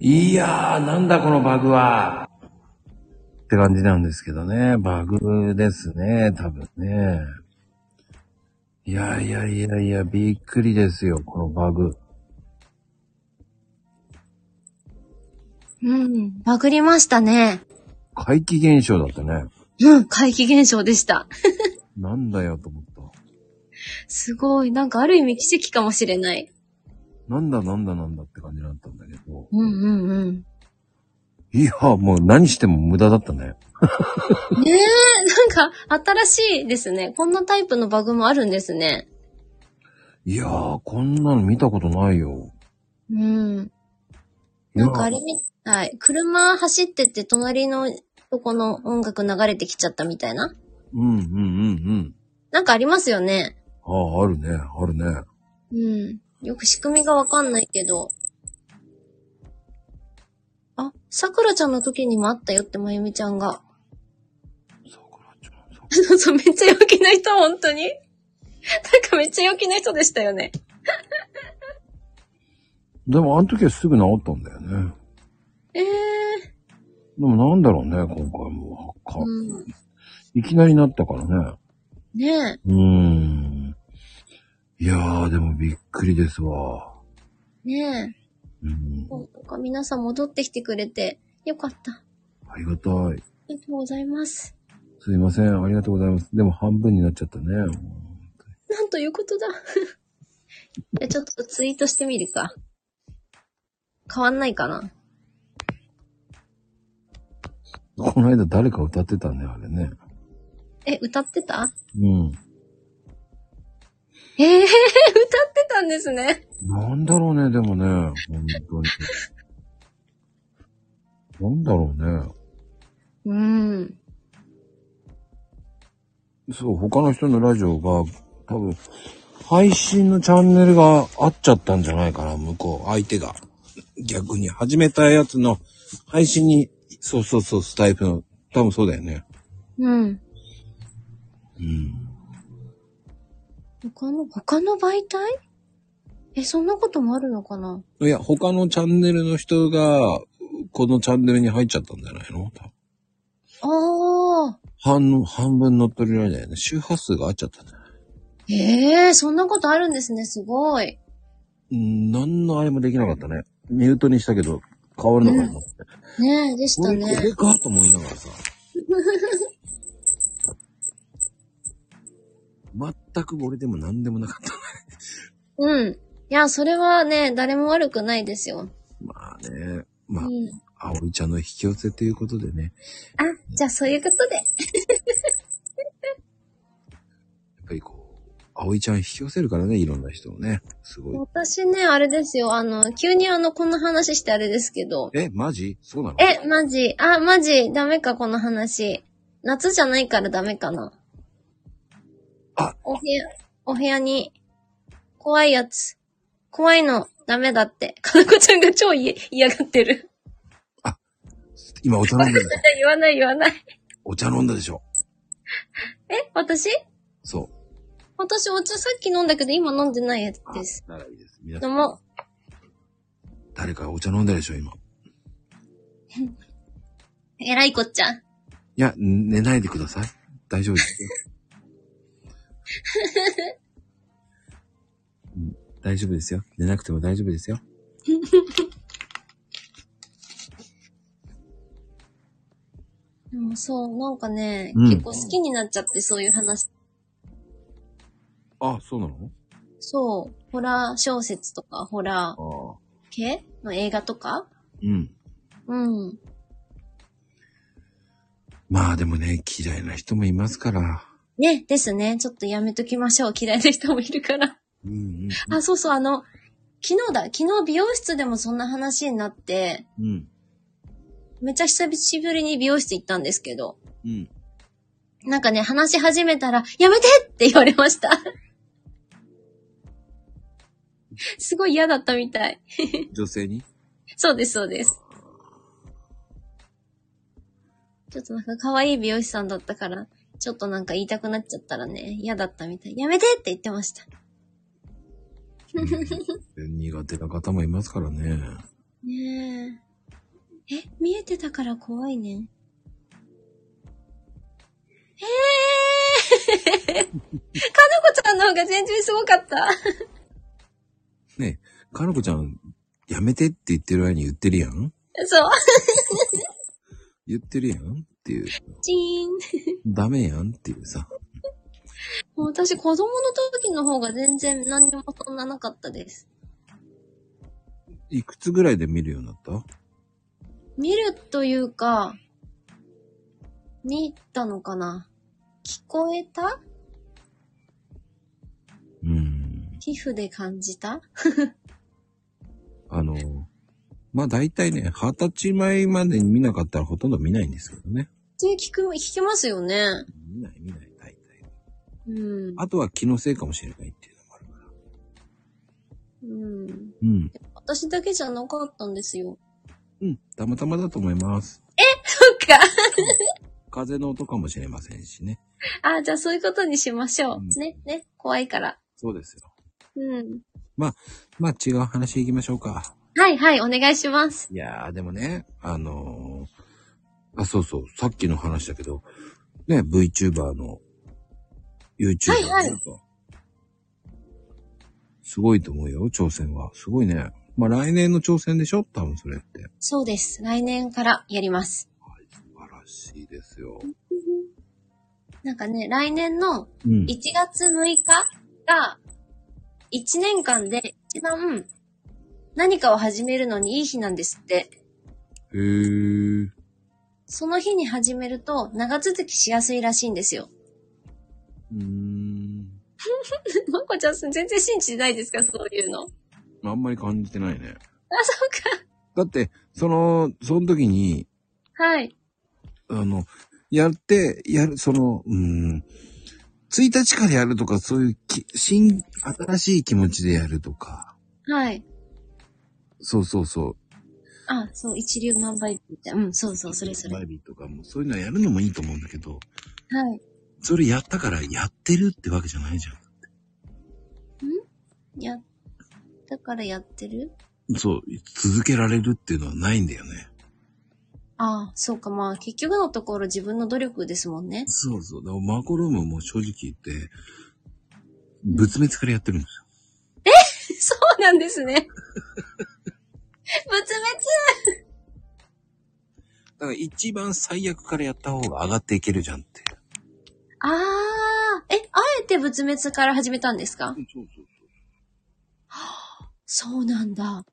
いやー、なんだこのバグは。って感じなんですけどね。バグですね、多分ね。いやいやいやいや、びっくりですよ、このバグ。うん。バグりましたね。怪奇現象だったね。うん。怪奇現象でした。なんだよ、と思った。すごい。なんかある意味奇跡かもしれない。なんだなんだなんだって感じだったんだけど。うんうんうん。いや、もう何しても無駄だったね。ねえ、なんか新しいですね。こんなタイプのバグもあるんですね。いやー、こんなの見たことないよ。うん。なんかあれみたい。車走ってて隣のとこの音楽流れてきちゃったみたいな。うんうんうんうん。なんかありますよね。ああ、あるね、あるね。うん。よく仕組みがわかんないけど。あ、桜ちゃんの時にもあったよってまゆみちゃんが。桜ちゃん、桜 そうそう、めっちゃ陽気な人、本当に。なんかめっちゃ陽気な人でしたよね。でもあの時はすぐ治ったんだよね。ええでもなんだろうね、今回も。かうん。いきなりなったからね。ねうーん。いやー、でもびっくりですわ。え、ねえ。うん。そうとか皆さん戻ってきてくれて、よかった。あありがたい。りがとうございます。すいません、ありがとうございます。でも半分になっちゃったね。なんということだ。 じゃあちょっとツイートしてみるか。変わんないかな。この間誰か歌ってたね、あれね。え、歌ってたうん。ええ歌ってたんですね。なんだろうね、でもね、本当に。なんだろうね。うん。そう、他の人のラジオが、多分、配信のチャンネルが合っちゃったんじゃないかな、向こう、相手が。逆に、始めたやつの配信に、そうそうそう、スタイプの、多分そうだよね。うん。うん。他の、他の媒体え、そんなこともあるのかないや、他のチャンネルの人が、このチャンネルに入っちゃったんじゃないの多分ああ。半の、半分乗っ取りられないよね。周波数が合っちゃったね。ええそんなことあるんですね。すごい。うん、何のあれもできなかったね。ミュートにしたけど、変わるのかな、ってねえ、でしたこれこね。れかと思いながらさ。 全く俺でも何でもなかったね。うん。いや、それはね、誰も悪くないですよ。まあね。まうん。あ、葵ちゃんの引き寄せということでね。あ、じゃあそういうことで。やっぱりこう、葵ちゃん引き寄せるからね、いろんな人をね。すごい。私ね、あれですよ。あの、急にあの、こんな話してあれですけど。え、マジそうなのえ、マジあ、マジダメか、この話。夏じゃないからダメかな。あお部屋、お部屋に、怖いやつ。怖いの、ダメだって。かなこちゃんが超い嫌がってる。 今お茶飲んだでしょ。言わない言わない。お茶飲んだでしょ。え、私そう。私お茶さっき飲んだけど、今飲んでないやつあです。ならいいです。皆さ、どうんも。誰かお茶飲んだでしょ、今。えらいこっちゃ。いや、寝ないでください。大丈夫ですよ。うん大丈夫ですよ。寝なくても大丈夫ですよ。でもそう、なんかね、うん結構好きになっちゃって、そういう話。あ、そうなのそう、ホラー小説とか、ホラーああ。系の映画とかうん。うん。まあでもね、嫌いな人もいますから。ね、ですね。ちょっとやめときましょう。嫌いな人もいるから。うんうんあ、そうそう、あの、昨日だ。昨日美容室でもそんな話になって、うん。うん。めっちゃ久しぶりに美容室行ったんですけど、うん。なんかね、話し始めたら、やめてって言われました。すごい嫌だったみたい。女性にそうです、そうです。ちょっとなんか可愛い美容師さんだったから、ちょっとなんか言いたくなっちゃったらね、嫌だったみたい。やめてって言ってました。うん苦手な方もいますからね。ねえ。え、見えてたから怖いね。えーかのこちゃんの方が全然すごかった。ねえ、かのこちゃん、やめてって言ってる間に言ってるやんそう。言ってるやんっていう。チーン。ダメやんっていうさ。もう私子供の時の方が全然何にもそんななかったです。いくつぐらいで見るようになった見るというか、見入ったのかな聞こえたうん。皮膚で感じたあの、まあ大体ね、二十歳前までに見なかったらほとんど見ないんですけどね。って聞く、聞きますよね。見ない見ない、大体。うん。あとは気のせいかもしれないっていうのもあるから。うん。うん。私だけじゃなかったんですよ。 うん。たまたまだと思います。そっか。風の音かもしれませんしね。あ、じゃあそういうことにしましょうんう。ね、ね、怖いから。そうですよ。うん。まあ違う話行きましょうか。はいはい、お願いします。いやー、でもね、あのーあ、そうそう、さっきの話だけど、ね、VTuber の YouTuber はいはいねとすごいと思うよ、挑戦は。すごいね。まあ来年の挑戦でしょ多分それって。そうです。来年からやります。素晴らしいですよ。なんかね、来年のうん。 1月6日が、1年間で一番何かを始めるのにいい日なんですって。へー。その日に始めると長続きしやすいらしいんですよ。 うーん。まこちゃん全然信じてないですかそういうの。あ、あんまり感じてないね。そうだって、その、その時に、か。はい。あの、やって、やる、その、うーん、1日からやるとか、そういうき、新、新しい気持ちでやるとか、はい。そうそうそう。あ、そう、一流万倍日みたいな。うん、そうそう、それそれ。はバイビーとかも、そういうのやるのもいいと思うんだけど、い。それやったからやってるってわけじゃないじゃや、だからやってるん。そう、続けられるっていうのはないんだよね。ああ、そうか、まあ、結局のところ自分の努力ですもんね。 そうそう。だからマコルームも正直言って、仏滅からやってるんですよ。そうなんですね。 仏滅だから一番最悪からやった方が上がっていけるじゃんって。ああ、え、あえて仏滅から始めたんですかそうそうそう。そうなんだ。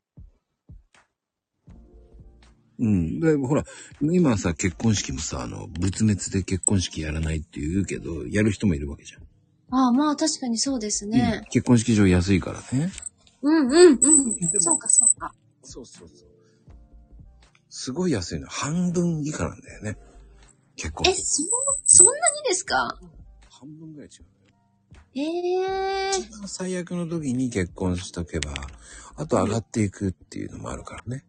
うん。で、ほら、今さ、結婚式もさ、あの、仏滅で結婚式やらないって言うけど、やる人もいるわけじゃん。ああ、まあ確かにそうですうんね。結婚式場安いからね。うん、うん、うん。でもそうか、そうか。そうそうそう。すごい安いの。半分以下なんだよね。結婚え、そ、そんなにですか半分ぐらい違う。ええ一番最悪の時に結婚しとけば、あと上がっていくっていうのもあるからね。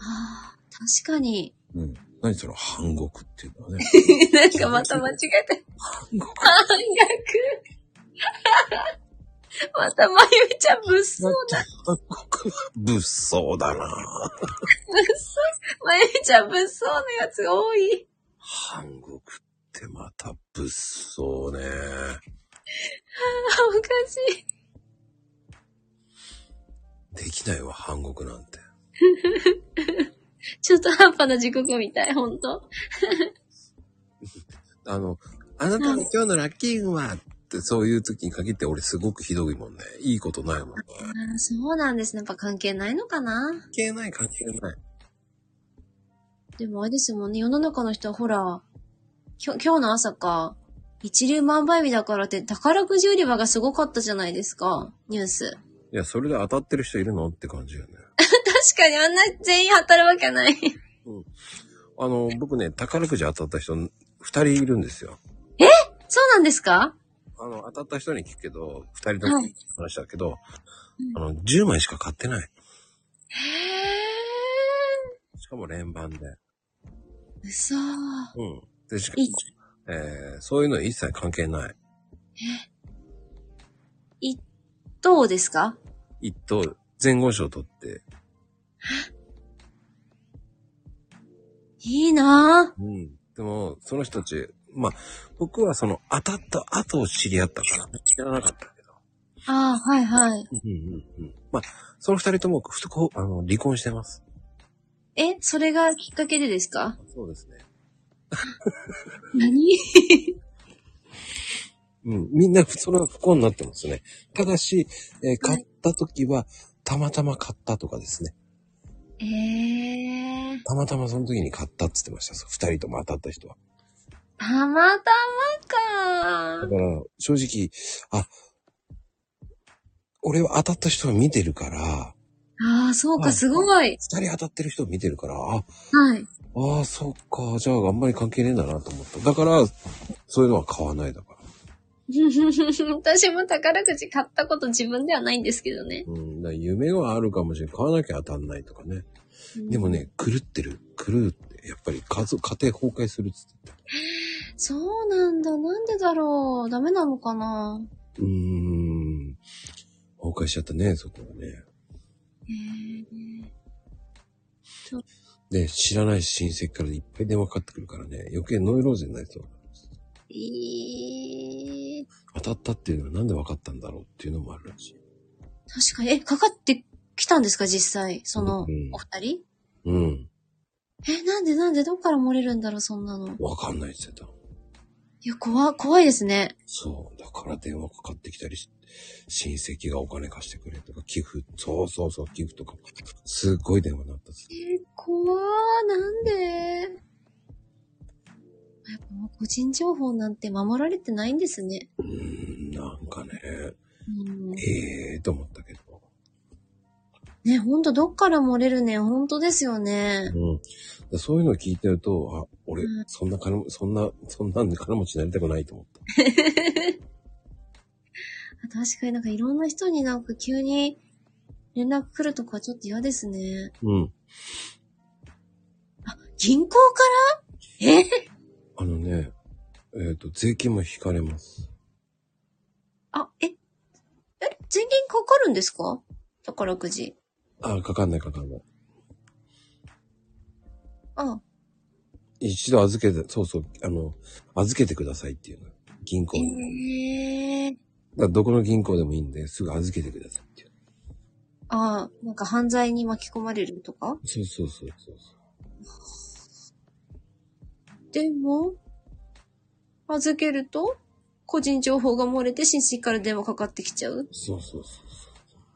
ああ、確か に。うん。何その半国っていうの はね。なんかまた間違えた。半国半額。 またまゆみちゃん物騒な、半国 物騒だな物騒、まゆみちゃん物騒なやつが多い。韓国ってまた物騒ね。ああ、おかしい。できないわ、韓国なんて。ちょっと半端な時刻みたい、ほんと。あの、あなたの今日のラッキー運はってそういう時に限って俺すごくひどいもんね。いいことないもんね。ああ、そうなんですね。やっぱ関係ないのかな関係ない関係ない。でもあれですもんね、世の中の人はほら、きょ今日の朝か、一流万倍日だからって宝くじ売り場がすごかったじゃないですか、ニュース。 いや、それで当たってる人いるのって感じよね。確かにあんな全員当たるわけない。 あの、僕ね、宝くじ当たった人二人いるんですよ。そうなんですかあの、当たった人に聞くけど、二人のはい話だけど、あの、10枚しか買ってない。へしかも連番で。ー。嘘。うん。で、しかいえー、そういうの一切関係ない。一等ですか一等、前後賞取って、いいなぁ。うん。でも、その人たち、まあ、僕はその当たった後を知り合ったから、知らなかったけど。ああ、はいはい。うんうんうん。まあ、その二人とも、ふとこう、あの、離婚してます。え、それがきっかけでですかそうですね。何うん。みんな、それは不幸になってますね。ただし、えー買った時は、たまたま買ったとかですね。 ええー。たまたまその時に買ったって言ってました。そう二人とも当たった人は。たまたまだか。から、正直、あ、俺は当たった人を見てるから、ああ、そうはか、いすご二い。人当たってる人を見てるから、あ、はい。ああ、そっか。じゃあ、あんまり関係ねえんだなと思った。だから、そういうのは買わないだから。 私も宝くじ買ったこと自分ではないんですけどね。うん。だから夢はあるかもしれない。買わなきゃ当たんないとかね。でもね、狂ってる。狂って。やっぱり家族、家庭崩壊するっつってた。うん。そうなんだ。なんでだろう。ダメなのかな。うーん。崩壊しちゃったね、そこはね。えー、で、知らない親戚からいっぱい電話かかってくるからね。余計ノイローゼになりそう。えー、当たったっていうのはなんで分かったんだろうっていうのもあるらしい。確かに。え、かかってきたんですか実際。そのうん、お二人うん。え、なんでなんでどっから漏れるんだろう、そんなの。分かんないって言ってた。いや、怖、怖いですね。そう。だから電話かかってきたりし、親戚がお金貸してくれとか、寄付、そうそうそう、寄付とか、すっごい電話になったっつってえー怖ー、なんでやっぱもう個人情報なんて守られてないんですね。うーん、なんかね、うん、ええと思ったけど。ね、ほんとどっから漏れるね、ほんとですよね。うん。でそういうのを聞いてると、あ、俺うん、そんな金も、そんな、そんなんで金持ちになりたくないと思った。確かになんかいろんな人になんか急に連絡来るとかちょっと嫌ですね。うん。銀行からえあのね、えっ、と、税金も引かれます。あ、ええ税金かかるんですか宝くじ。あ、かかんないかかんない。あ、一度預けて、そうそう、あの、預けてくださいっていうの。銀行えに。ー。だからどこの銀行でもいいんで、すぐ預けてくださいっていう。あ、なんか犯罪に巻き込まれるとかそうそうそうそうそでも、預けると、個人情報が漏れて親戚から電話かかってきちゃう。う。そうそうそうそ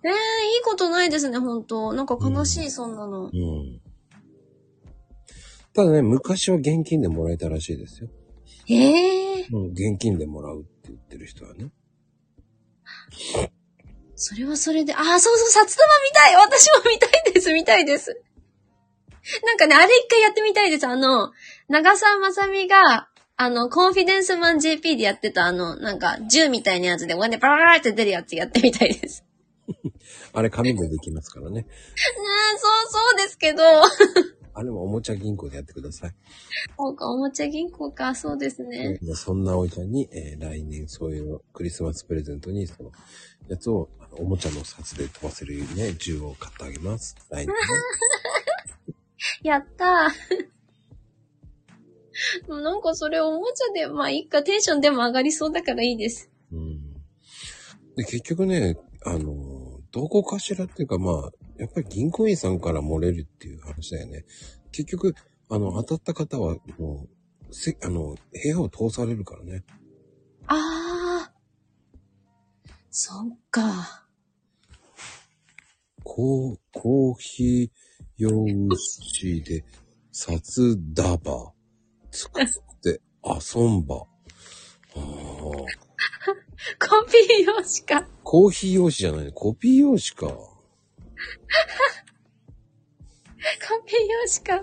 ええいいことないですね、本当なんか悲しい、そんなの。う。うん。ただね、昔は現金でもらえたらしいですよ。ええうん、現金でもらうって言ってる人はね。それはそれで、ああ、そうそう、札束見たい私も見たいです、見たいです。なんかね、あれ一回やってみたいです。あの、長澤まさみが、あの、コンフィデンスマン JP でやってた、あの、なんか、銃みたいなやつで、お金パラパラって出るやつやってみたいです。 あれ紙でできますからね。ねえ、そうそうですけど。あれもおもちゃ銀行でやってください。そうか、おもちゃ銀行か、そうですね。そんなおいちゃんに、えー来年そういうクリスマスプレゼントに、その、やつを、あのおもちゃの札で飛ばせるね、銃を買ってあげます。来年ね。やった ー。もうなんかそれおもちゃで、まあいいか、テンションでも上がりそうだからいいです。うんで、結局ね、あの、どこかしらっていうか、まあ、やっぱり銀行員さんから漏れるっていう話だよね。結局、あの、当たった方は、もう、せ、あの、部屋を通されるからね。あー。そっか。 コー、コーヒー用紙で、札だば、作って、遊んば。あーコピー用しか。コーヒー用紙じゃないね。コピー用紙か。コピー用しか。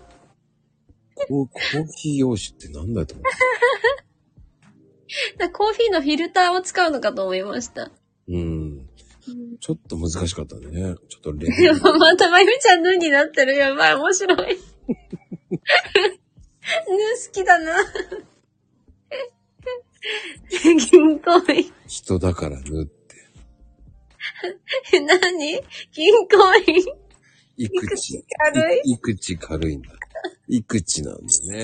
コーコーヒー用紙ってなんだと思う。なコーヒーのフィルターを使うのかと思いました。うん。ちょっと難しかったね。ちょっとレベ でル。もまたまゆみちゃんぬになってる。やばい、面白 い。ぬ好きだな。銀行員。人だからぬって。え、 何銀行員いくち、軽いいいくち軽いんだ。いくちなんです ね。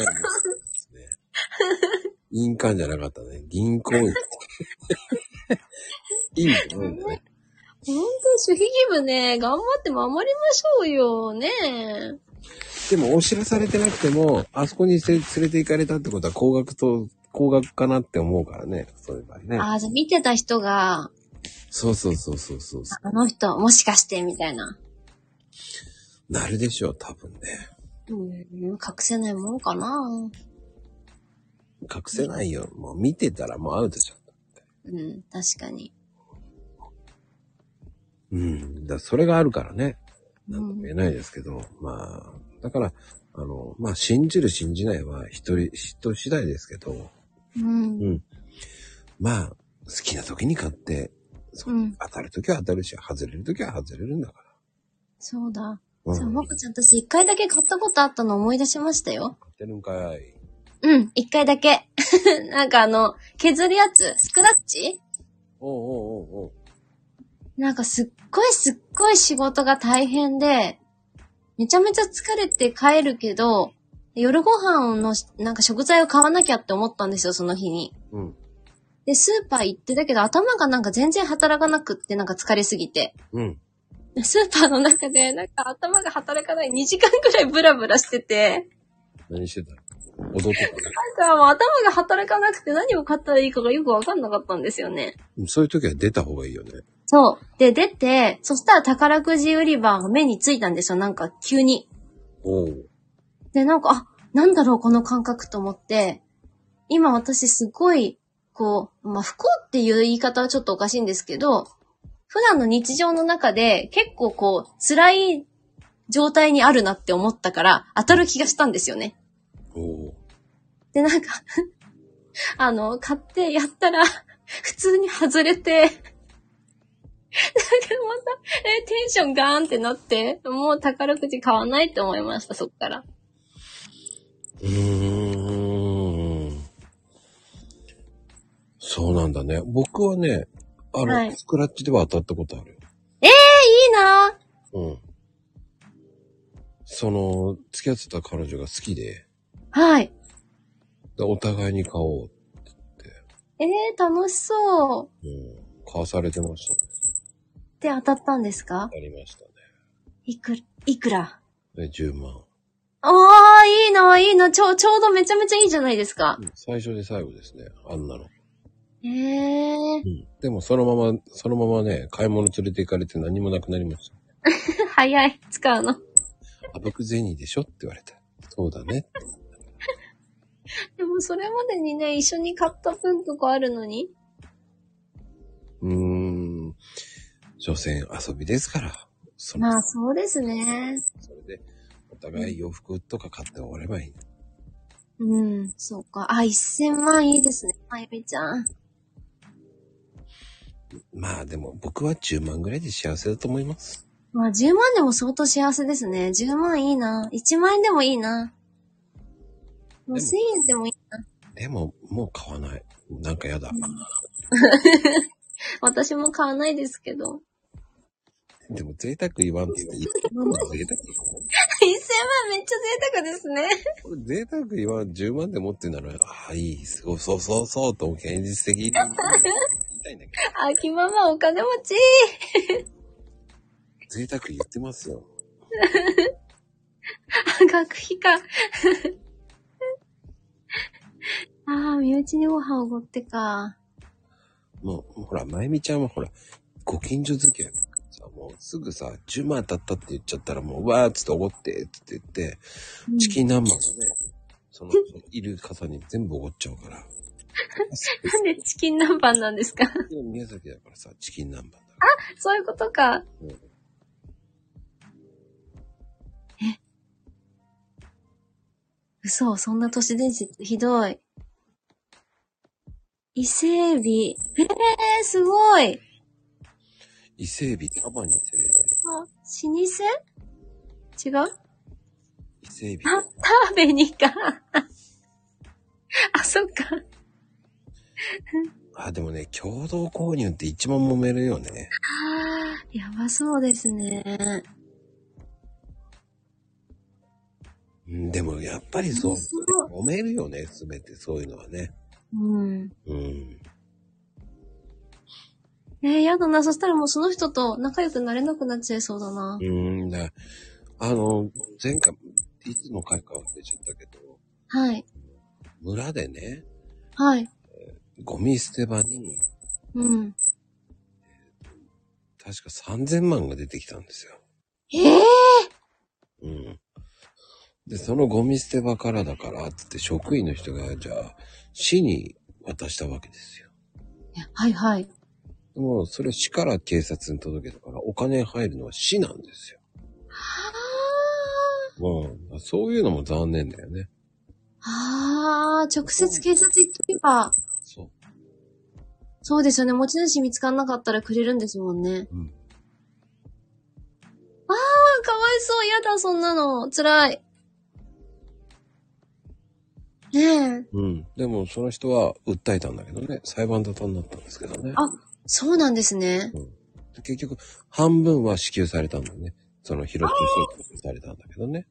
印鑑じゃなかったね。銀行 員。いいね。ほんと、守秘義務ね、頑張って守りましょうよ、ねえ。でも、お知らされてなくても、あそこにせ連れて行かれたってことは、高額と、高額かなって思うからね。そういう場合ね。ああ、じゃあ見てた人が、そうそうそうそうそうそあの人、もしかして、みたいな。う。なるでしょう、多分ね。うん、隠せないもんかな。隠せないよ。もう見てたらもうアウトじゃん。うん、確かに。うん。だそれがあるからね。なんとも言えないですけど、まあ、だから、あの、まあ、信じる信じないは一人、人次第ですけど、うん。うん。まあ、好きな時に買って、そううん当たる時は当たるし、外れる時は外れるんだかそうだ。ら。そう、ん。もこちゃん、私一回だけ買ったことあったの思い出しましたよ。買ってるんかい。うん、一回だけ。 なんかあの、削るやつ、スクラッチおうおうおうおう。なんかすっごいすっごい仕事が大変で、めちゃめちゃ疲れて帰るけど、夜ご飯のし、なんか食材を買わなきゃって思ったんですよ、その日に。うん。で、スーパー行ってたけど、頭がなんか全然働かなくって、なんか疲れすぎて。うん。スーパーの中で、なんか頭が働かない2時間くらいブラブラしてて、何してたの 踊ってたのなんかもう頭が働かなくて何を買ったらいいかがよくわかんなかったんですよね。うんそういう時は出た方がいいよね。そう。で、出て、そしたら宝くじ売り場が目についたんですよ、なんか急に。おう。で、なんか、あ、なんだろう、この感覚と思って、今私すごい、こう、まあ、不幸っていう言い方はちょっとおかしいんですけど、普段の日常の中で結構こう、辛い状態にあるなって思ったから、当たる気がしたんですよね。おう。で、なんか、 あの、買ってやったら、 普通に外れて、なんかまた、え、テンションガーンってなって、もう宝くじ買わないって思いました、そっから。うーん。そうなんだね。僕はね、あの、はいスクラッチでは当たったことあるいいなぁ。よ。うん。その、付き合ってた彼女が好きで、はい。でお互いに買おう。ええー、楽しそう。うん。買わされてましたね。で当たったんですかありましたね。いく、いくらで、10万。ああ、いいな、いいな、ちょう、ちょうどめちゃめちゃいいじゃないですか。最初で最後ですね。あんなの。ええーう、ん。でもそのまま、そのままね、買い物連れて行かれて何もなくなりました。 早い、使うの。あぶく銭でしょって言われて。そうだね。でもそれまでにね、一緒に買った分とかあるのに。うーん。所詮遊びですから。そのまあ、そうですね。それで、お互い洋服とか買っておればいい。うん、そうか。あ、1000万いいですね、まゆみちゃん。まあでも、僕は10万ぐらいで幸せだと思います。まあ、10万でも相当幸せですね。10万いいな。1万円でもいいな。もうでも1000円でもいいな。でも、もう買わない。なんかやだ。私も買わないですけど。でも、贅沢言わんって言って、10万は贅沢よ 1000万めっちゃ贅沢ですね。これ贅沢言わん、10万でもってなら、ああ、いい、すごい、そうそうそう、と、現実的。言いたいんだけ あきママお金持ち。ど、贅沢言ってますよ。あ学費か。 ああ、身内にご飯おごってか。もう、ほら、まゆみちゃんはほら、ご近所付き合い。さ、もうすぐさ、10万当たったって言っちゃったら、もう、うわーっつっておごって、つって言って、チキン南蛮がね、その、いる方に全部おごっちゃうから。なんでチキン南蛮なんですか宮崎だからさ、チキン南蛮だか そういうことか。ら。嘘、そんな都市伝説ひどい。伊勢海老。ええー、すごい。伊勢海老、束に連れて、あ老舗違う伊勢海あ老、、食べにか。 あ、そっか。あ、でもね、共同購入って一番揉めるよね。ああ、やばそうですね。うんでもやっぱりそう。すごい揉めるよね、すべてそういうのはね。うん。うん。えー、やだな。そしたらもうその人と仲良くなれなくなっちゃいそうだな。うんだ。あの、前回、いつの回か忘れちゃったけど、はい。村でね、はい。ゴミ捨て場に、うん。確か3000万が出てきたんですよ。ええうん。で、そのゴミ捨て場からだから、つって職員の人が、じゃあ、市に渡したわけですよ。はいはい。でも、それ市から警察に届けたから、お金入るのは市なんですよ。まあ、そういうのも残念だよね。ああ、直接警察行けば、そそうですよね。持ち主見つかんなかったらくれるんですもんね。う。うん。ああ、かわいそう。やだ、そんなの。辛い。ねえ。うん。でも、その人は訴えたんだけどね、裁判沙汰になったんですけどね。あそうなんですね。で結局、半分は支給されたんだよね。その、広く支給されたんだけどね。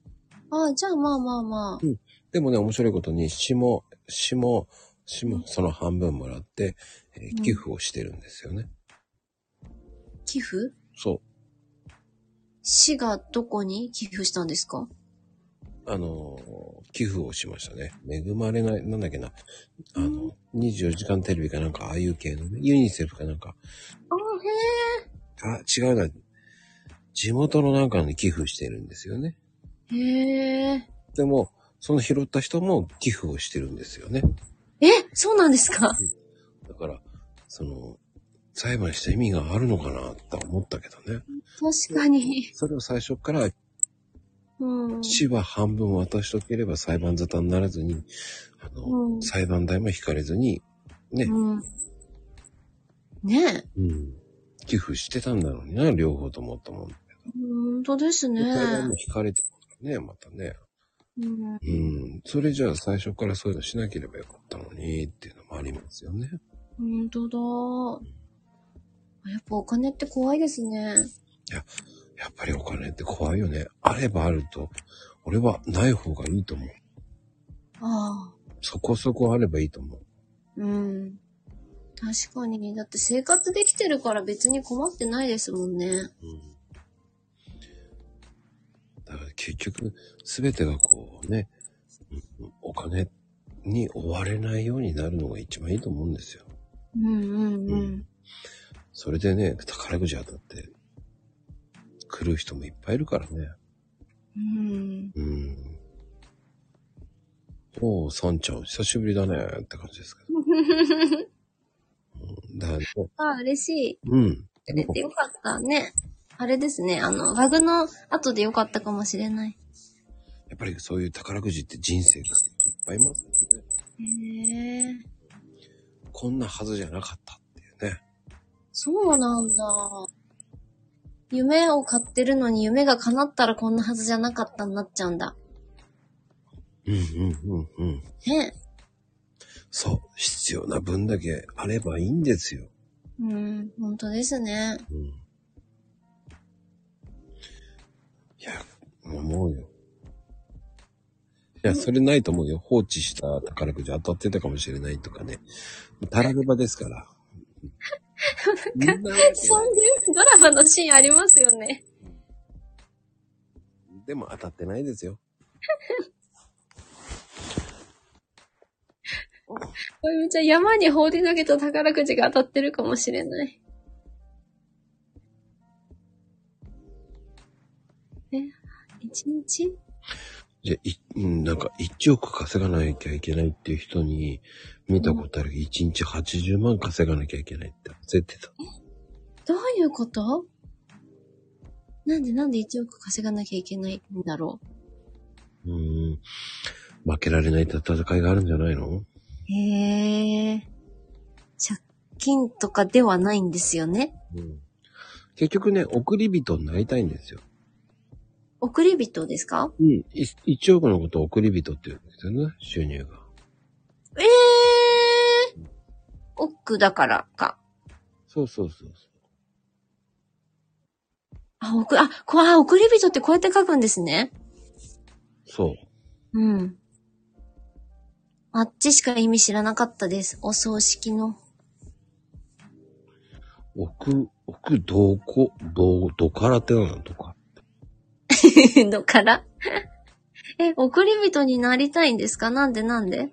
ああ、じゃあまあまあまあ。でもね、面白いことに、市も、市も、市もその半分もらって、えーうん寄付をしてるんですよね。寄付そ市がどこに寄付したんですかう。あのー寄付をしましたね。恵まれない、なんだっけな。あの、24時間テレビかなんか、ああいう系のね、ユニセフかなんか、ああ、へあ、え。違うな。地元のなんかに寄付してるんですよね。へえ。でも、その拾った人も寄付をしてるんですよね。え、そうなんですかだから、その、裁判した意味があるのかなって思ったけどね。確かに。それを最初からうん。市は半分渡しとければ裁判沙汰にならずに、あの、うん裁判代も引かれずに、ね、うん。ねえ。うん寄付してたんだろうにな、両方と思ったもん。本当ですね。で裁判も引かれてるからね、またね。うんうん。それじゃあ最初からそういうのしなければよかったのに、っていうのもありますよね。本当だ。やっぱお金って怖いですね。やっぱりお金って怖いよね。あればあると、俺はない方がいいと思う。ああ。そこそこあればいいと思う。うん。確かに。だって生活できてるから別に困ってないですもんね。うんだから結局、すべてがこうね、うんお金に追われないようになるのが一番いいと思うんですよ。うんうんうん。それでね、宝くじ当たって、来る人もいっぱいいるからね。うん。うん。おう、さんちゃん、久しぶりだね、って感じですけど。うん、だからねああ、嬉しい。うん。くれてよかったね。あれですね。あの、バグの後でよかったかもしれない。やっぱりそういう宝くじって人生がいっぱいいますよね。へえ。こんなはずじゃなかったっていうね。そうなんだ。夢を買ってるのに夢が叶ったらこんなはずじゃなかったになっちゃうんだ。うんうんうんうん。ね。そう。必要な分だけあればいいんですよ。うん、本当ですね。うん。いや、思うよ。いや、それないと思うよ。放置した宝くじ当たってたかもしれないとかね。タラレバです から。みんなそういうドラマのシーンありますよね。でも当たってないですよ。これめっちゃ山に放り投げた宝くじが当たってるかもしれない。え、一日じゃ、い、うんなんか1億稼がなきゃいけないっていう人に見たことあるけど、1日80万稼がなきゃいけないって焦ってた。どういうことなんでなんで1億稼がなきゃいけないんだろうーん。負けられない戦いがあるんじゃないのうへえ。借金とかではないんですよね。うん。結局ね、送り人になりたいんですよ。送り人ですかうん。い1億のことを送り人って言うんですよね、収入が。ええー、億だからか。そうそうそうそあ、送、あ、こあ、送り人ってこうやって書くんですね。う。そう。うん。あっちしか意味知らなかったです。お葬式の。 奥、奥、どこ、ど、どからってなんだとか。のから。 え、送り人になりたいんですかなんでなんで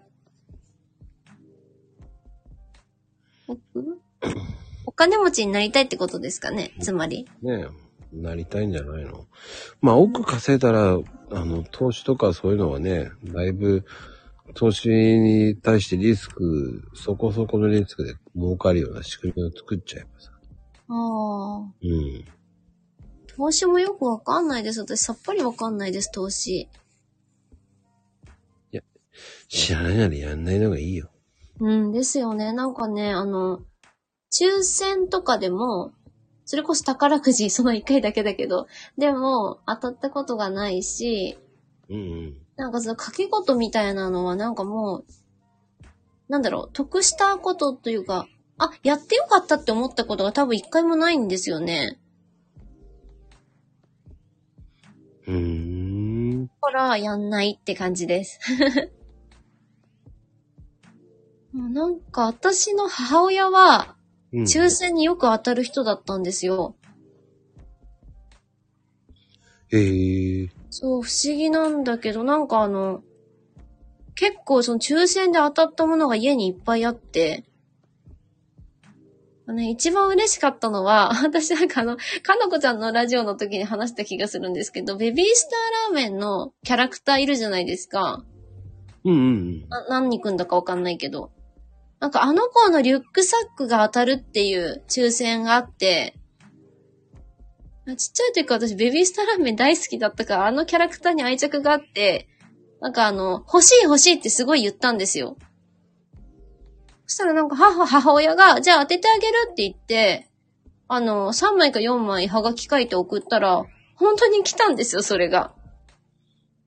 おお金持ちになりたいってことですかねつまり。ねえ、なりたいんじゃないの。まあ、奥稼いだら、あの、投資とかそういうのはね、だいぶ、投資に対してリスク、そこそこのリスクで儲かるような仕組みを作っちゃえばさ。ああ。うん。投資もよくわかんないです。私さっぱりわかんないです、投資。知らないならやんないのがいいよ。うん、ですよね。なんかね、あの、抽選とかでも、それこそ宝くじ、そ の一回だけだけど、でも、当たったことがないし、うんうん。なんかその掛け事みたいなのはなんかもう、なんだろう、得したことというか、あ、やってよかったって思ったことが多分一回もないんですよね。うーん。だから、やんないって感じです。 もうなんか私の母親は、うん抽選によく当たる人だったんですよ。へえ。そう、不思議なんだけど、なんかあの、結構その抽選で当たったものが家にいっぱいあって、ね、一番嬉しかったのは、 私なんかあの、かのこちゃんのラジオの時に話した気がするんですけど、ベビースターラーメンのキャラクターいるじゃないですか。うんうんな何くんだかわかんないけど。なんかあの子のリュックサックが当たるっていう抽選があって、あちっちゃい時から私ベビースターラーメン大好きだったから、あのキャラクターに愛着があって、なんかあの、欲しい欲しいってすごい言ったんですよ。そしたらなんか母、母親が、じゃあ当ててあげるって言って、あの、3枚か4枚はがき書いて送ったら、本当に来たんですよ、それが。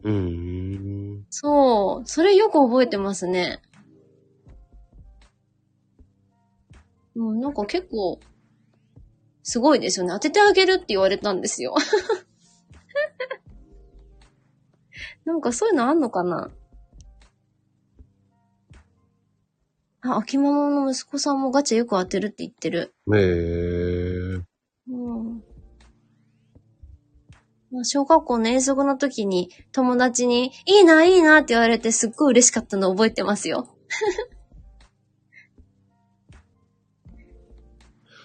うん。うん。そう。それよく覚えてますね。うん、なんか結構、すごいですよね。当ててあげるって言われたんですよ。 なんかそういうのあんのかなあ、秋物の息子さんもガチャよく当てるって言ってる。へえ。うんまあ小学校の遠足の時に友達に、いいな、いいなって言われてすっごい嬉しかったの覚えてますよ。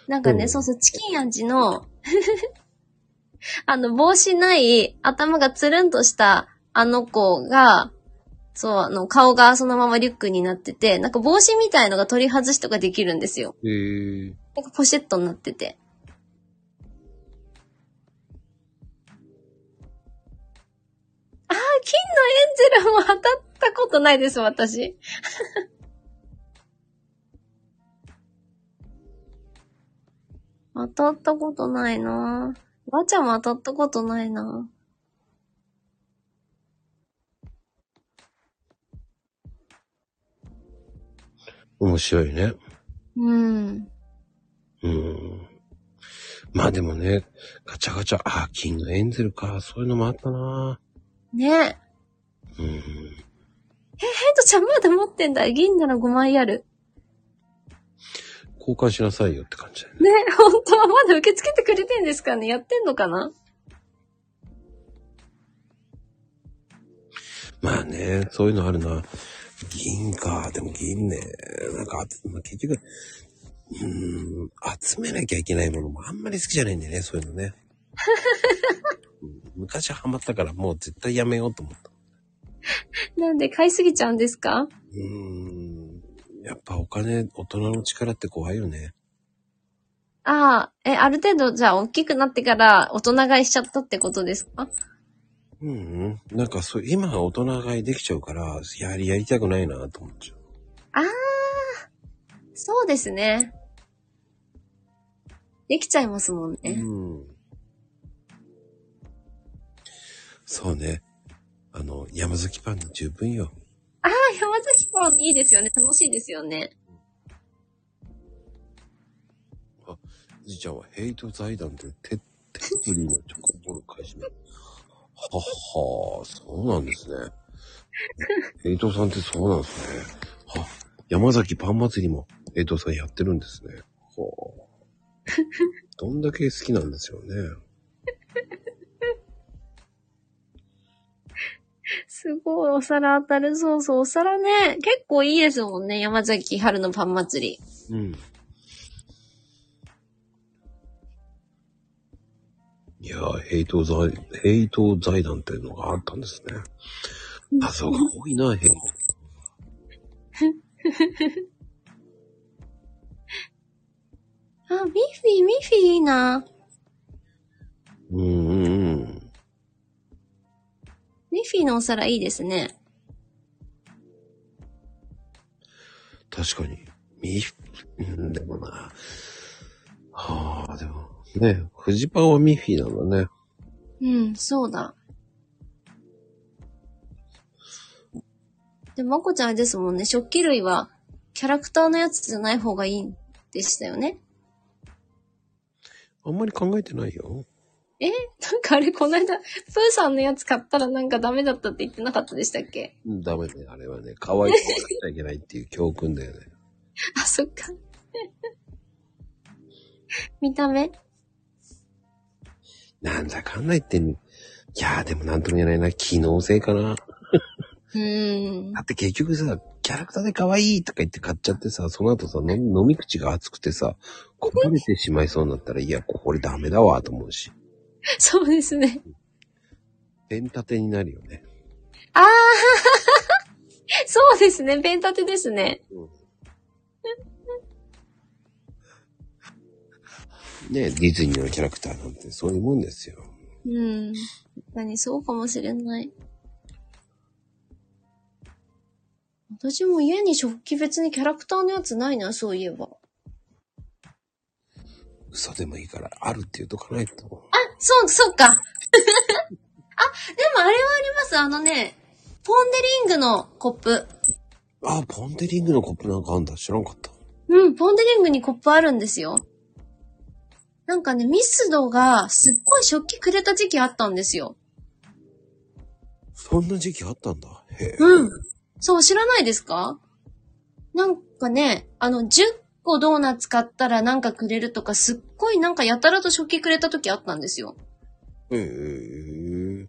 なんかね、うんそうそう、チキン味の、 あの、帽子ない、頭がつるんとしたあの子が、そう、あの、顔がそのままリュックになってて、なんか帽子みたいのが取り外しとかできるんですよ。へえ。なんかポシェットになってて。ああ、金のエンジェルも当たったことないです、私。 当たったことないなぁガチャも当たったことないなぁ面白いね。うん。うん。まあでもね、ガチャガチャ、あ、キングエンゼルか、そういうのもあったなねえ。ヘうん。イトちゃんまだ持ってんだ。銀なら5枚ある。交換しなさいよって感じだよね。ねえ、ほんとはまだ受け付けてくれてんですかねやってんのかなまあね、そういうのあるな。銀か、でも銀ね、なんか、まあ、結局、うん、集めなきゃいけないものもあんまり好きじゃないんだよね、そういうのね。うん昔ハマったからもう絶対やめようと思った。なんで買いすぎちゃうんですかうん。やっぱお金、大人の力って怖いよね。ああ、え、ある程度、じゃあ、大きくなってから、大人買いしちゃったってことですかうん、うん、なんかそう、今は大人買いできちゃうから、やはりやりたくないなと思っちゃう。そうですね。できちゃいますもんね。うん。そうね。あの、山崎パンで十分よ。あ、山崎パンいいですよね。楽しいですよね。じいちゃんはヘイト財団で手、手作りのチョコボール買い占め。はっはー、そうなんですね。え伊藤さんってそうなんですね。あ、山崎パン祭りも江藤さんやってるんですね。ほう。どんだけ好きなんですよね。すごい、お皿当たる。そうそう、お皿ね。結構いいですもんね。山崎春のパン祭り。うん。いやー、ヘイト財、ヘイト財団っていうのがあったんですね。謎が多いな、ヘイト。あ、ミッフィー、ミッフィーいいな。うんうんうん。ミッフィーのお皿いいですね。確かに。ミフ、うん、でもな。はあ、でも、ね、フジパンはミッフィーなんだね。うん、そうだ。でも、まこちゃんあれですもんね。食器類は、キャラクターのやつじゃない方がいいんでしたよね。あんまり考えてないよ。えなんかあれ、この間、プーさんのやつ買ったらなんかダメだったって言ってなかったでしたっけうんダメね、あれはね、可愛い子がしちゃいけないっていう教訓だよね。あ、そっか。 見た目なんだかんないってん、いやーでもなんとも言えないな、機能性かな。うーん。だって結局さ、キャラクターで可愛いとか言って買っちゃってさ、その後さ、飲み飲み口が熱くてさ、こぼれてしまいそうになったら、いや、これダメだわ、と思うし。そうですね。ペン立てになるよね。ああ そうですね。ペン立てですね。ねディズニーのキャラクターなんてそういうもんですよ。うん。確かにそうかもしれない。私も家に食器別にキャラクターのやつないな、そういえば。嘘でもいいから、あるって言うとかないと。あ、そう、そ っか。あ、でもあれはあります。あのね、ポンデリングのコップ。あ、ポンデリングのコップなんかあんだ。知らんかった。うん、ポンデリングにコップあるんですよ。なんかね、ミスドがすっごい食器くれた時期あったんですよ。そんな時期あったんだ。へえ。うん。そう、知らないですかなんかね、あの、10個ドーナツ買ったらなんかくれるとか、すっごいなんかやたらと食器くれた時あったんですよ。へえ。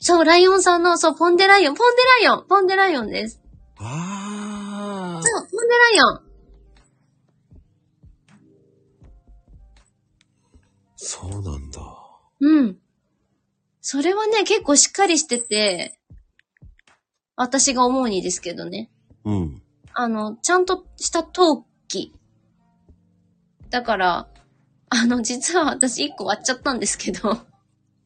そう、ライオンさんの、そう、ポンデライオン、ポンデライオン、ポンデライオンです。あそう、ポンデライオン。ー、そうなんだ。うん。それはね、結構しっかりしてて、私が思うにですけどね。うん。あの、ちゃんとした陶器。だから、あの、実は私一個割っちゃったんですけど、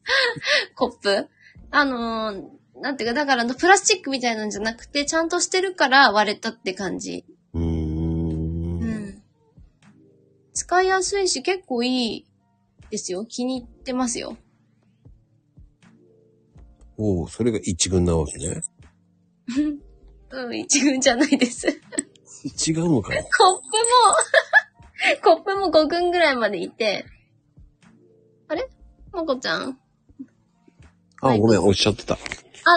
コップ。あのーなんていうか、だからあの、プラスチックみたいなんじゃなくて、ちゃんとしてるから割れたって感じ。うーん。うん。使いやすいし、結構いいですよ。気に入ってますよ。おお、それが一軍なわけね。うん、一軍じゃないです。 違うのかよ。コップも 、コップも5軍ぐらいまでいて。あれもこちゃんはあ、いごめん、おっしゃってた。あ、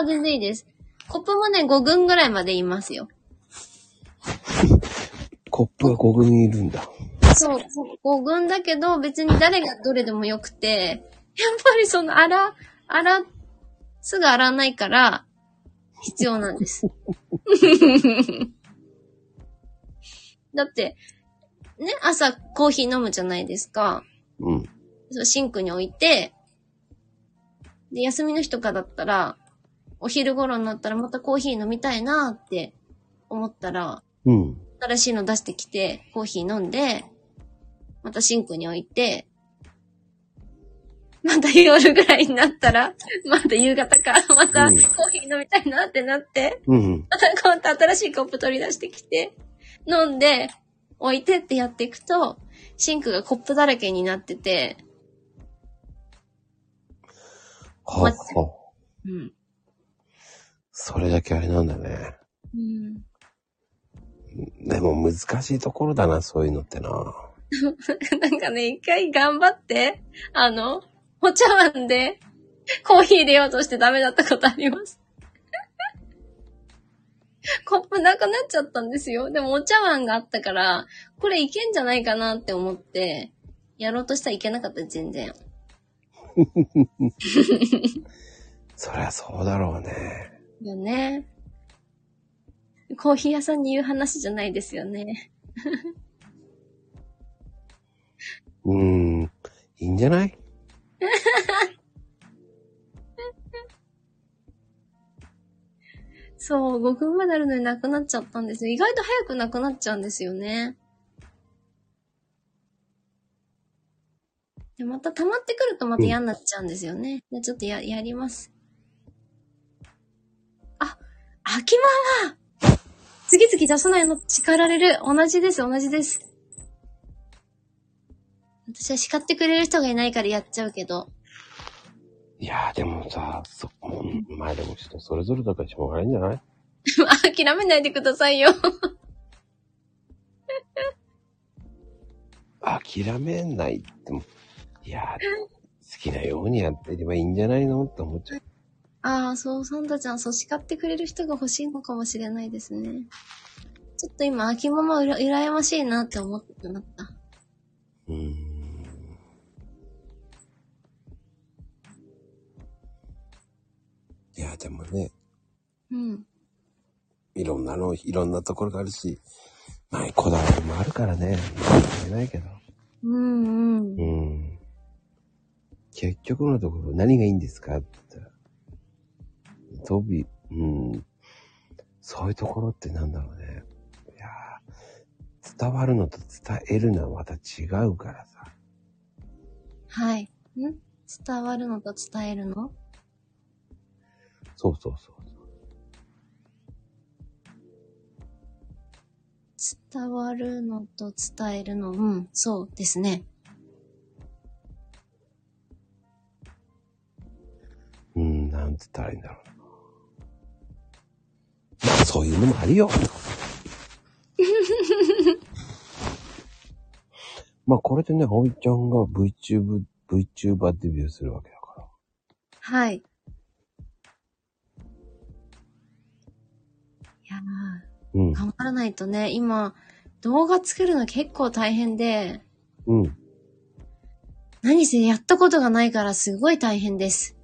全然いいです。コップもね、5軍ぐらいまでいますよ。コップは5軍にいるんだ。そう、5軍だけど、別に誰がどれでもよくて、 やっぱりその、洗、洗、すぐ洗わないから、必要なんです。 だって、ね、朝コーヒー飲むじゃないですか。うん。そうシンクに置いて、で、休みの日とかだったら、お昼頃になったらまたコーヒー飲みたいなーって思ったら、うん。新しいの出してきて、コーヒー飲んで、またシンクに置いて、また夜ぐらいになったら、また夕方か、またうコんーヒー飲みたいなってなって、うん。また今度新しいコップ取り出してきて、飲んで、置いてってやっていくと、シンクがコップだらけになってて、は待っては。うん。それだけあれなんだね。うん。でも難しいところだな、そういうのってな。 なんかね、一回頑張って、あの、お茶碗でコーヒー入れようとしてダメだったことあります。 コップなくなっちゃったんですよ。でもお茶碗があったから、これいけんじゃないかなって思って、やろうとしたらいけなかった、全然。そりゃそうだろうね。よね。コーヒー屋さんに言う話じゃないですよね。うーん。いいんじゃないそう、5分まであるのになくなっちゃったんですよ。意外と早くなくなっちゃうんですよね。でまた溜まってくるとまた嫌になっちゃうんですよね。でちょっとや、やります。あ、秋ママ次々出さないの叱られる。同じです、同じです。私は叱ってくれる人がいないからやっちゃうけど。いやーでもさ、そ、うんまあでも人それぞれだからしょうがないんじゃない諦めないでくださいよ。諦めないっても、いやー好きなようにやってればいいんじゃないのって思っちゃう。ああ、そう、サンタちゃん、そう叱ってくれる人が欲しいのかもしれないですね。ちょっと今、秋ママうら、羨ましいなって思ってなった。うーん。いやーでもね、うん。いろんなの、いろんなところがあるし、まあ、こだわりもあるからね、言えないけど。うんうんう。ん。結局のところ、何がいいんですかって言ったら、トビ、うん。そういうところってなんだろうね。いやー伝わるのと伝えるのはまた違うからさ。はい。ん伝わるのと伝えるのそうそうそう。伝わるのと伝えるの。うん、そうですね。うん、なんつったらいいんだろうな。まあ、そういうのもある よ。まあ、これでね、葵ちゃんが VTube、VTuber デビューするわけだから。はい。いやー、うん、頑張らないとね、今、動画作るの結構大変で、うん。何せやったことがないからすごい大変です。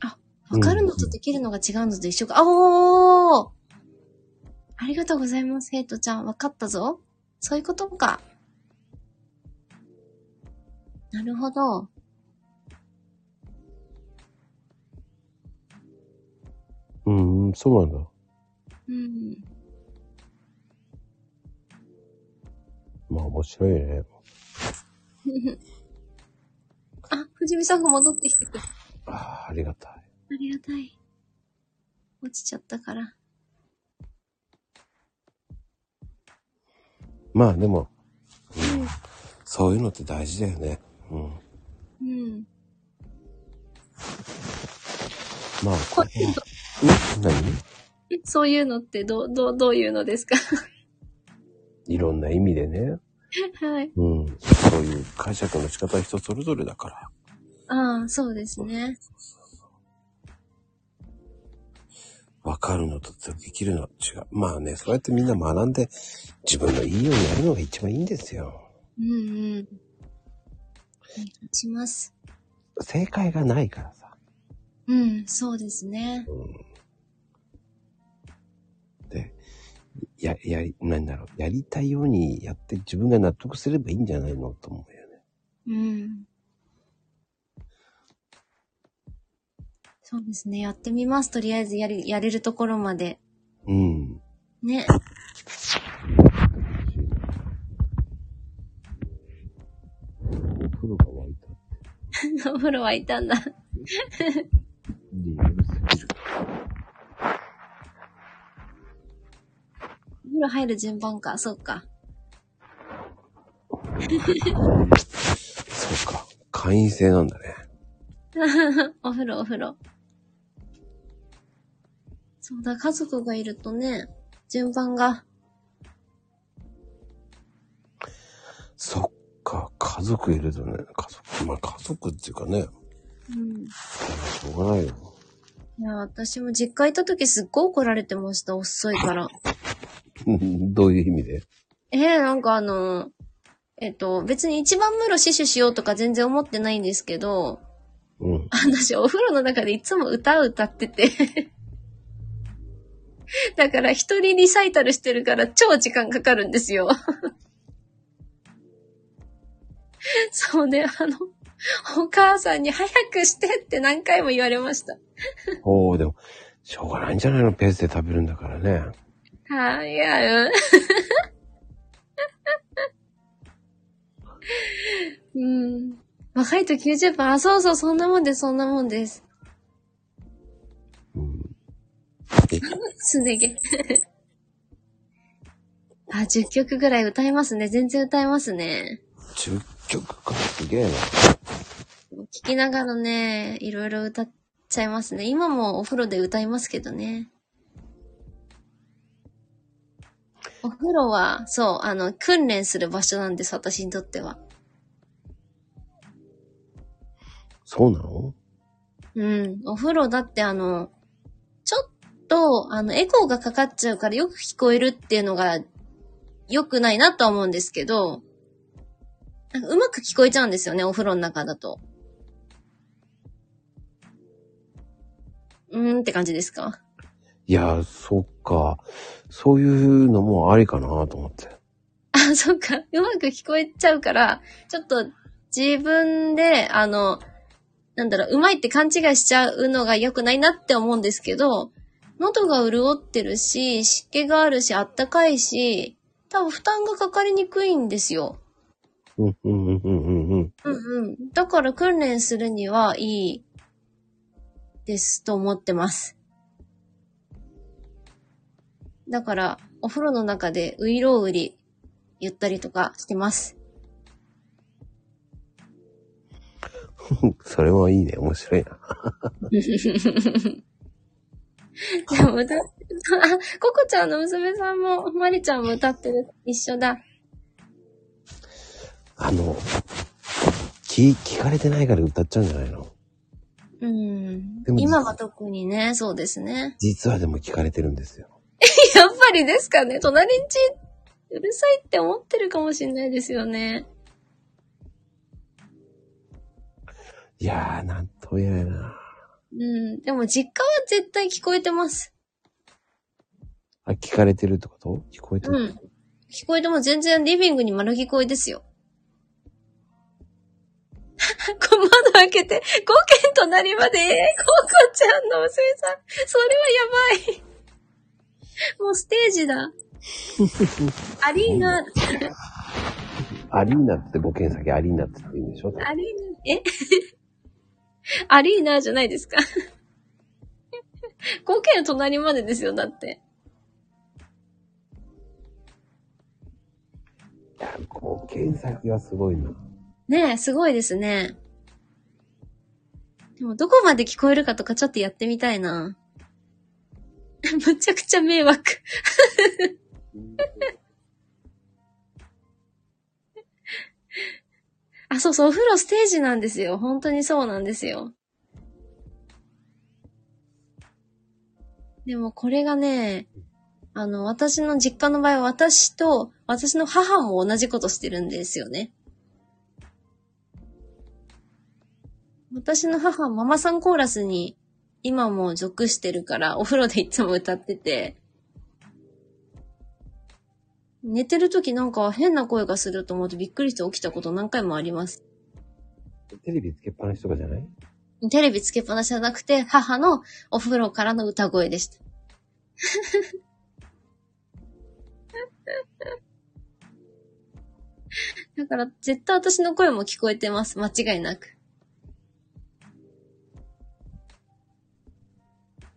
あ、わかるのとできるのが違うのと一緒か。あおーありがとうございます、ヘイトちゃん。わかったぞ。そういうことか。なるほど。うん、うん、そうなんだ。うん。まあ、面白いね。あ、藤見さんが戻ってきてくれた。あああ、ありがたい。りがたい。落ちちゃったから。まあ、でも、うん、そういうのって大事だよね。うん。うん。まあ、ここれは、うん何えそういうのってどう、どう、どういうのですか いろんな意味でね。はい。うん。そういう解釈の仕方は人それぞれだから。ああ、そうですね。わかるのとできるのは違う。まあね、そうやってみんな学んで、自分のいいようにやるのが一番いいんですよ。うんうん。お願いします。正解がないからさ。うん、そうですね。で、や、やり、なんだろう、やりたいようにやって自分が納得すればいいんじゃないのと思うよね。うん。そうですね。やってみます。とりあえずやり、やれるところまで。うん。ね。 お風呂が沸いたってお風呂沸いたんだ。理由すぎる。お風呂入る順番か。そうか。そうか。会員制なんだね。お風呂、お風呂。そうだ、家族がいるとね、順番が。そっか。家族いるとね、家族、まあ家族っていうかね、うん。しょうがないよ。 いや、私も実家行った時すっごい怒られてました、遅いから。どういう意味でえー、なんかあの、えっと、別に一番風呂死守しようとか全然思ってないんですけど、 うん。私お風呂の中でいつも歌を歌ってて。 だから一人リサイタルしてるから超時間かかるんですよ。 そうね、あの、お母さんに早くしてって何回も言われました。おおでも、しょうがないんじゃないのペースで食べるんだからね。はい、いや、うん。 うん。若いと90分。あ、そうそう、そんなもんです、そんなもんです。うん。すね毛。 あ、10曲ぐらい歌いますね。全然歌いますね。 10曲か、すげえな。聞きながらね、いろいろ歌っちゃいますね。今もお風呂で歌いますけどね。お風呂は、そう、あの、訓練する場所なんです、私にとっては。そうなのうん。お風呂だってあの、ちょっと、あの、エコーがかかっちゃうからよく聞こえるっていうのが良くないなとは思うんですけど、なんかうまく聞こえちゃうんですよね、お風呂の中だと。うーんって感じですかいや、そっか。そういうのもありかなと思って。あ、そっか。うまく聞こえちゃうから、ちょっと自分で、あの、なんだろう、うまいって勘違いしちゃうのが良くないなって思うんですけど、喉が潤ってるし、湿気があるし、あったかいし、多分負担がかかりにくいんですよ。うん、うん、うん、うん、うん。うんうん。だから訓練するにはいいですと思ってます。だから、お風呂の中でういろうり言ったりとかしてます。 それはいいね。面白いな。 でも歌ってる。あ、ココちゃんの娘さんも、マリちゃんも歌ってる。一緒だ。あの、聞、聞かれてないから歌っちゃうんじゃないのうんでも。今は特にね、そうですね。 実はでも聞かれてるんですよ。やっぱりですかね、隣んち、うるさいって思ってるかもしれないですよね。いやー、なんとも言えないな。うん。でも実家は絶対聞こえてます。あ、聞かれてるってこと聞こえてる、うん。聞こえても全然リビングに丸聞こえですよ。 こ窓開けて、5軒隣まで、えー、ココちゃんの娘さん。それはやばい。もうステージだ。アリーナ、アアリーナって5軒先アリーナって言うんでしょリーナ、え アリーナじゃないですか。5軒隣までですよ、だって。いや、5軒先はすごいな。ねえ、すごいですね。でも、どこまで聞こえるかとかちょっとやってみたいな。 むちゃくちゃ迷惑。あ、そうそう、お風呂ステージなんですよ。本当にそうなんですよ。でも、これがね、あの、私の実家の場合は、私と、私の母も同じことしてるんですよね。私の母はママさんコーラスに今も属してるからお風呂でいつも歌ってて、寝てる時なんか変な声がすると思ってびっくりして起きたこと何回もあります。テレビつけっぱなしとかじゃないテレビつけっぱなしじゃなくて母のお風呂からの歌声でした。 だから絶対私の声も聞こえてます。間違いなく。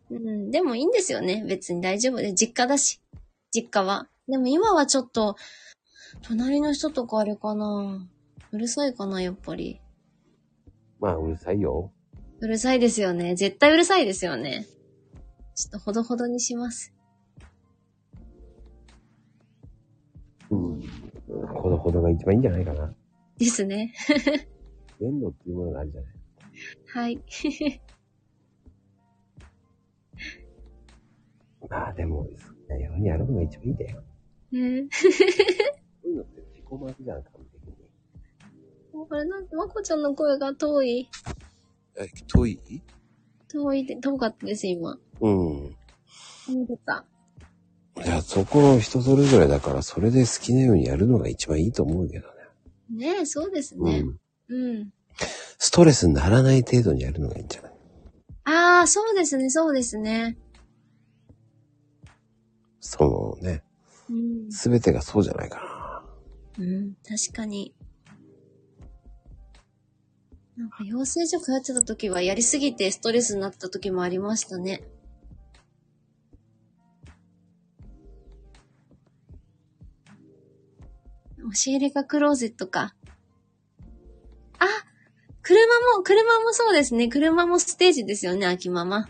うん、でもいいんですよね。別に大丈夫で。実家だし。実家は。でも今はちょっと、隣の人とかあれかな。うるさいかな、やっぱり。まあ、うるさいよ。うるさいですよね。絶対うるさいですよね。ちょっとほどほどにします。うん。ほどほどが一番いいんじゃないかな。ですね。限度っていうものがあるじゃない。はい。まあでも、好きなようにやるのが一番いいんだよ。ねそういうのって自己満じゃん、完璧に。あれなんか、まこちゃんの声が遠い。え、遠い遠いで、遠かったです、今。うん。見てた。いや、そこの人それぞれだから、それで好きなようにやるのが一番いいと思うけどねえ、そうですね。ねう。ん。うん。ストレスにならない程度にやるのがいいんじゃないああ、そうですね、そうですね。そのね、うん。すべてがそうじゃないかな。うん、確かに。なんか養成所通ってた時はやりすぎてストレスになった時もありましたね。教えれがクローゼットか。あ車も、車もそうですね。車もステージですよね、秋ママ。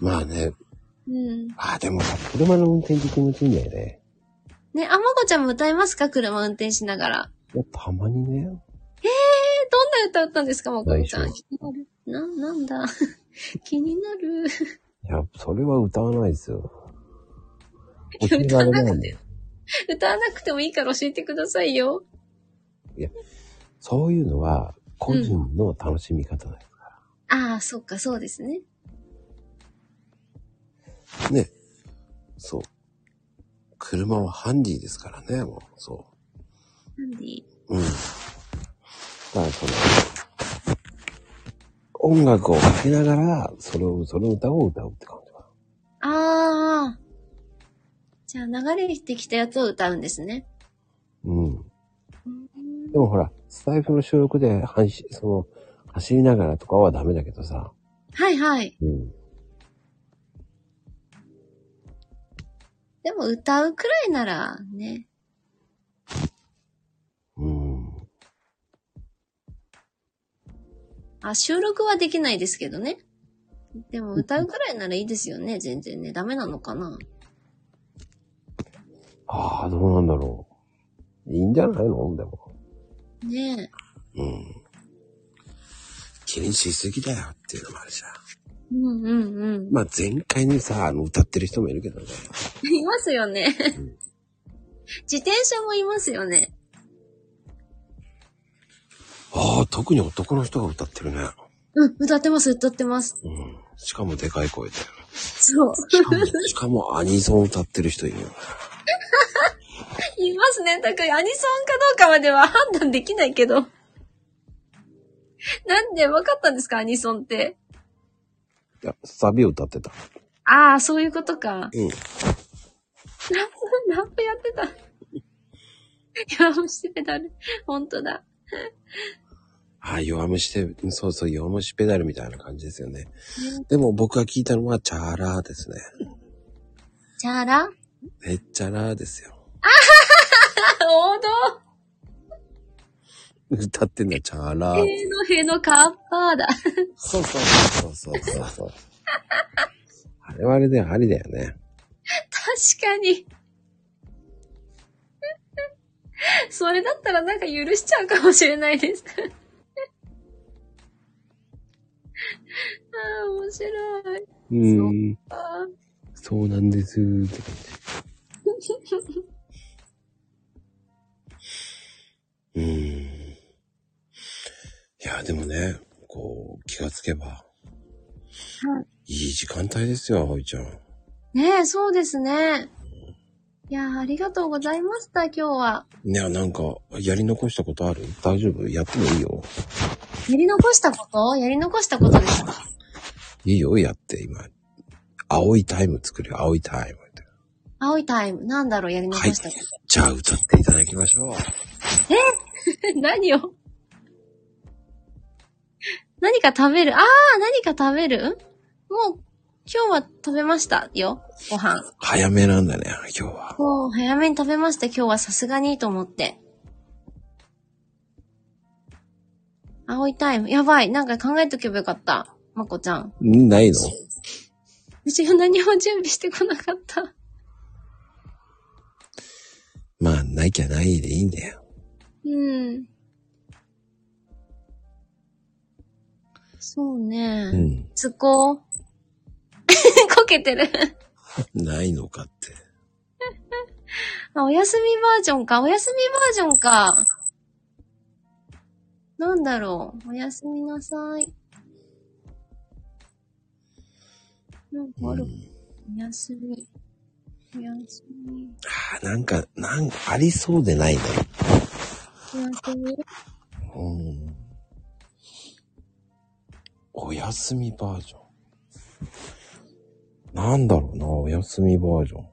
まあね、うん。ああ、でもさ、車の運転って気持ちいいんだよね。ね、あまこちゃんも歌いますか車運転しながら。いや、たまにね、え、どんな歌歌ったんですか、まこちゃ内ん。気になる。な、なんだ。 気になる。いや、それは歌わないですよ。いや教えられないんだよ歌わなくてもいいから教えてくださいよ。そういうのは、個人の楽しみ方だよ。ああ、そっか、そうですね。ね。そう。車はハンディですからね、もう。そ。なんでいいううん。だからその、音楽をかけながら、それを、その歌を歌うって感じかああ。じゃあ流れてきたやつを歌うんですね。な。うん。うんでもほら、スタイフの収録で、はしその、走りながらとかはダメだけどさ。はいはい。うん。でも歌うくらいならね。うん。あ、収録はできないですけどね。でも歌うくらいならいいですよね、全然ね。ダメなのかな。ああ、どうなんだろう。いいんじゃないのでも。ねうん。気にしすぎだよっていうのもあるじゃん。え。うんうんうん。まあ、前回にさ、あの、歌ってる人もいるけどね。いますよね。うん自転車もいますよね。ああ、特に男の人が歌ってるね。うん、歌ってます、歌ってます。うん。しかもでかい 声で。そう。しかも、しかもアニソン歌ってる人いるよね。いますね。だからアニソンかどうかまでは判断できないけど。なんで分かったんですかアニソンって。いや、サビを歌ってた。ああ、そういうことか。うん。ラップ、ラップやってた。いや、もうしてペダル。ほんとだ。ああ、弱虫ペそうそう、弱虫ペダルみたいな感じですよねう。でも僕が聞いたのは、チャラーですね。チャラあ、めっちゃラーですよ。王道歌ってんのはチャラー。へのへのカッパーだ。そうそうそうそうそうそう。あれはあれでありだよね。確かに。 それだったらなんか許しちゃうかもしれないです。ああ、面白い。うん。あそうなんですって感じ。うーん。いや、でもね、こう、気がつけば。いい時間帯ですよ、葵ちゃん。ーねえ、そうですね。いやーありがとうございました、今日は。いや、なんか、やり残したことある大丈夫やってもいいよ。やり残したことやり残したことですかいいよ、やって、今。青いタイム作るよ、青いタイム。青いタイム。なんだろう、やり残はいしたこ。じゃあ、歌っていただきましょう。と。 何を何か食べるああ、何か食べるもう、今日は食べましたよ。ご飯。早めなんだね、今日は。もう早めに食べました。今日はさすがにと思って。青いタイム。やばい。なんか考えとけばよかった。まこちゃん。んないのうちが何も準備してこなかった。まあ、ないきゃないでいいんだよ。うん。そうねう。ん。つ こ。こけてる。ないのかって。あ、おやすみバージョンか。おやすみバージョンか。なんだろう。おやすみなさい。なんかある、うんおやすみ。おやすみ。あなんか、なんかありそうでないね。おやすみ。うん。おやすみバージョン。なんだろうな、おやすみバージョン。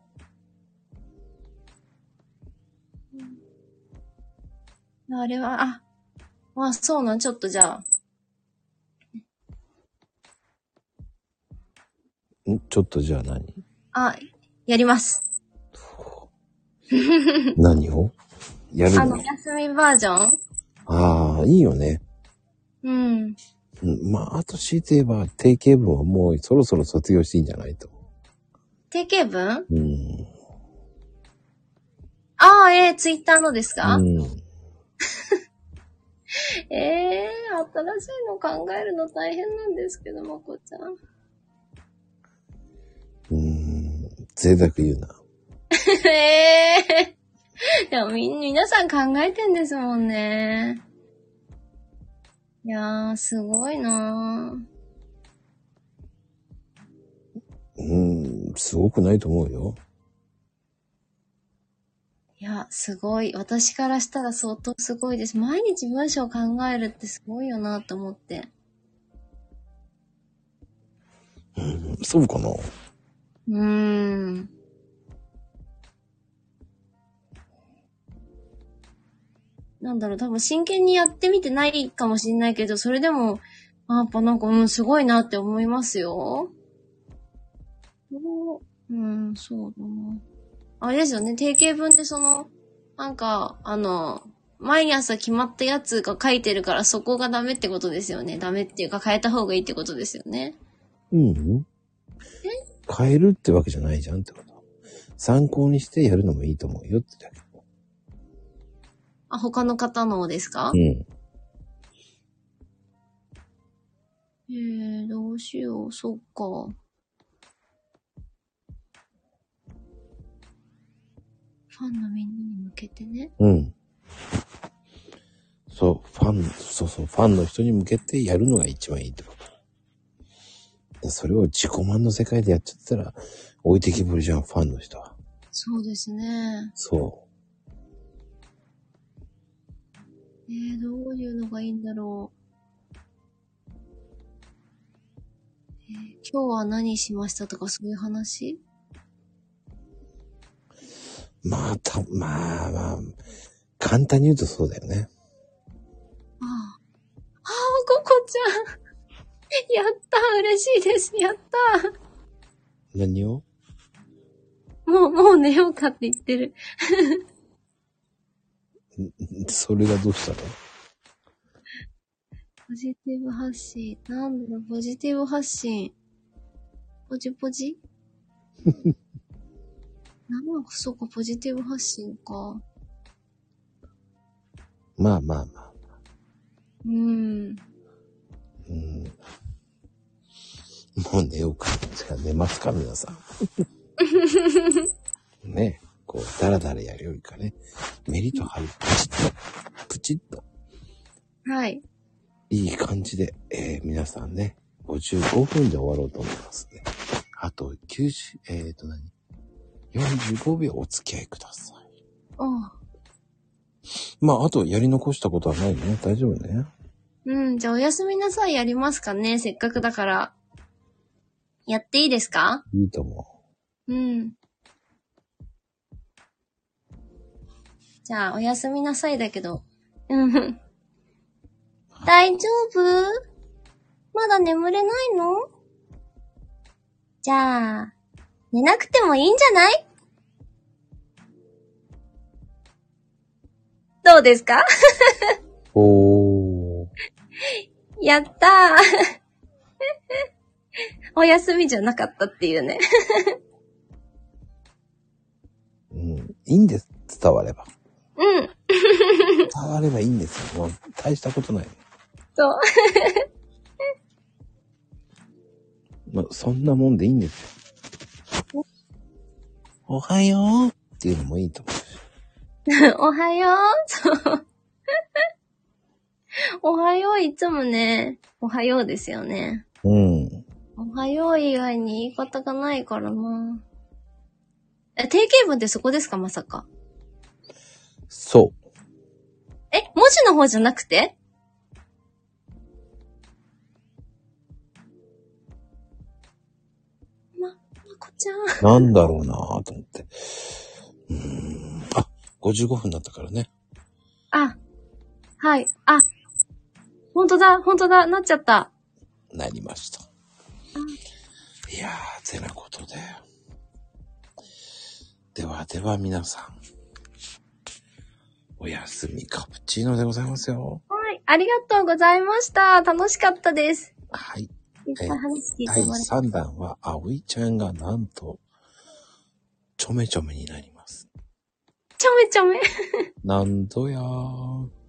あれは、あ、あ、そうなん、ちょっとじゃあ。んちょっとじゃあ何あ、やります。何をやるあの、おのやすみバージョンああ、いいよね。うん。うん、まあ、あと強いて言えば、定型文はもうそろそろ卒業していいんじゃないと。定型文うん。ああ、えー、ツイッターのですか、うん。ええ新しいの考えるの大変なんですけど、まこちゃん。うん。贅沢言うな。ええ でもみ、皆さん考えてんですもんね。いやー、すごいなーうん、すごくないと思うよ。いや、すごい。私からしたら相当すごいです。毎日文章を考えるってすごいよなと思って。うんそうかなうーん。なんだろう、多分真剣にやってみてないかもしれないけど、それでも、あやっぱなんか、うん、すごいなって思いますよ。うん、そうだな。あれですよね、定型文でその、なんか、あの、毎朝決まったやつが書いてるから、そこがダメってことですよね。ダメっていうか変えた方がいいってことですよね。うん。変えるってわけじゃないじゃんってこと。参考にしてやるのもいいと思うよってだけ。あ、他の方のですかうん。えー、どうしよう、そっか。ファンのみんなに向けてね。うん。そう、ファン、そうそう、ファンの人に向けてやるのが一番いいってこと。でそれを自己満の世界でやっちゃったら、置いてきぼりじゃん、ファンの人は。そうですね。そえー、どういうのがいいんだろう。えー今日は何しましたとかそういう話う。まあ、た、まあまあ、簡単に言うとそうだよね。ああ。ああ、ここちゃん。 やった嬉しいです。やった何をもう、もう寝ようかって言ってる。それがどうしたのポジティブ発信。なんだろう、ポジティブ発信。ポジポジなんか、そうか、ポジティブ発信か。まあまあまあ。うん。うん。もう寝ようか。じゃあ寝ますか、皆さ ん。ねえこう、だらだらやるよりかね、メリット張る。プチッと、プチッと、はい。いい感じで、えー、皆さんね、55分で終わろうと思いますね。あと、90、えーと何、45秒お付き合いください。ああ。まあ、あと、やり残したことはないよね。大丈夫ね。うん、じゃあおやすみなさいやりますかね。せっかくだから。やっていいですかいいと思うん。じゃあ、おやすみなさいだけど。うん。大丈夫まだ眠れないのじゃあ、寝なくてもいいんじゃないどうですかう。おー。やったー お休みじゃなかったっていうね。うん。いいんです。伝われば。うん。伝わればいいんですよ。もう大したことない。そう。まあ、そんなもんでいいんですよ。おはようっていうのもいいと思う。 おはよう。そう。おはよう、いつもね、おはようですよね。うん。おはよう以外に言い方がないからな。え、定型文ってそこですかまさか。そえ、文字の方じゃなくてま、まこちゃん。う。なんだろうなぁと思って。うーん。あ、55分だったからね。あ、はい、あ、ほんとだ、ほんとだ、なっちゃった。なりました。いやー、てなことで。ではでは皆さん。おやすみカプチーノでございますよ。はい、ありがとうございました。楽しかったです。はい。いっぱい話聞い第てもらって。 3弾は、葵ちゃんがなんと、ちょめちょめになります。ちょめちょめ。なんぞやー。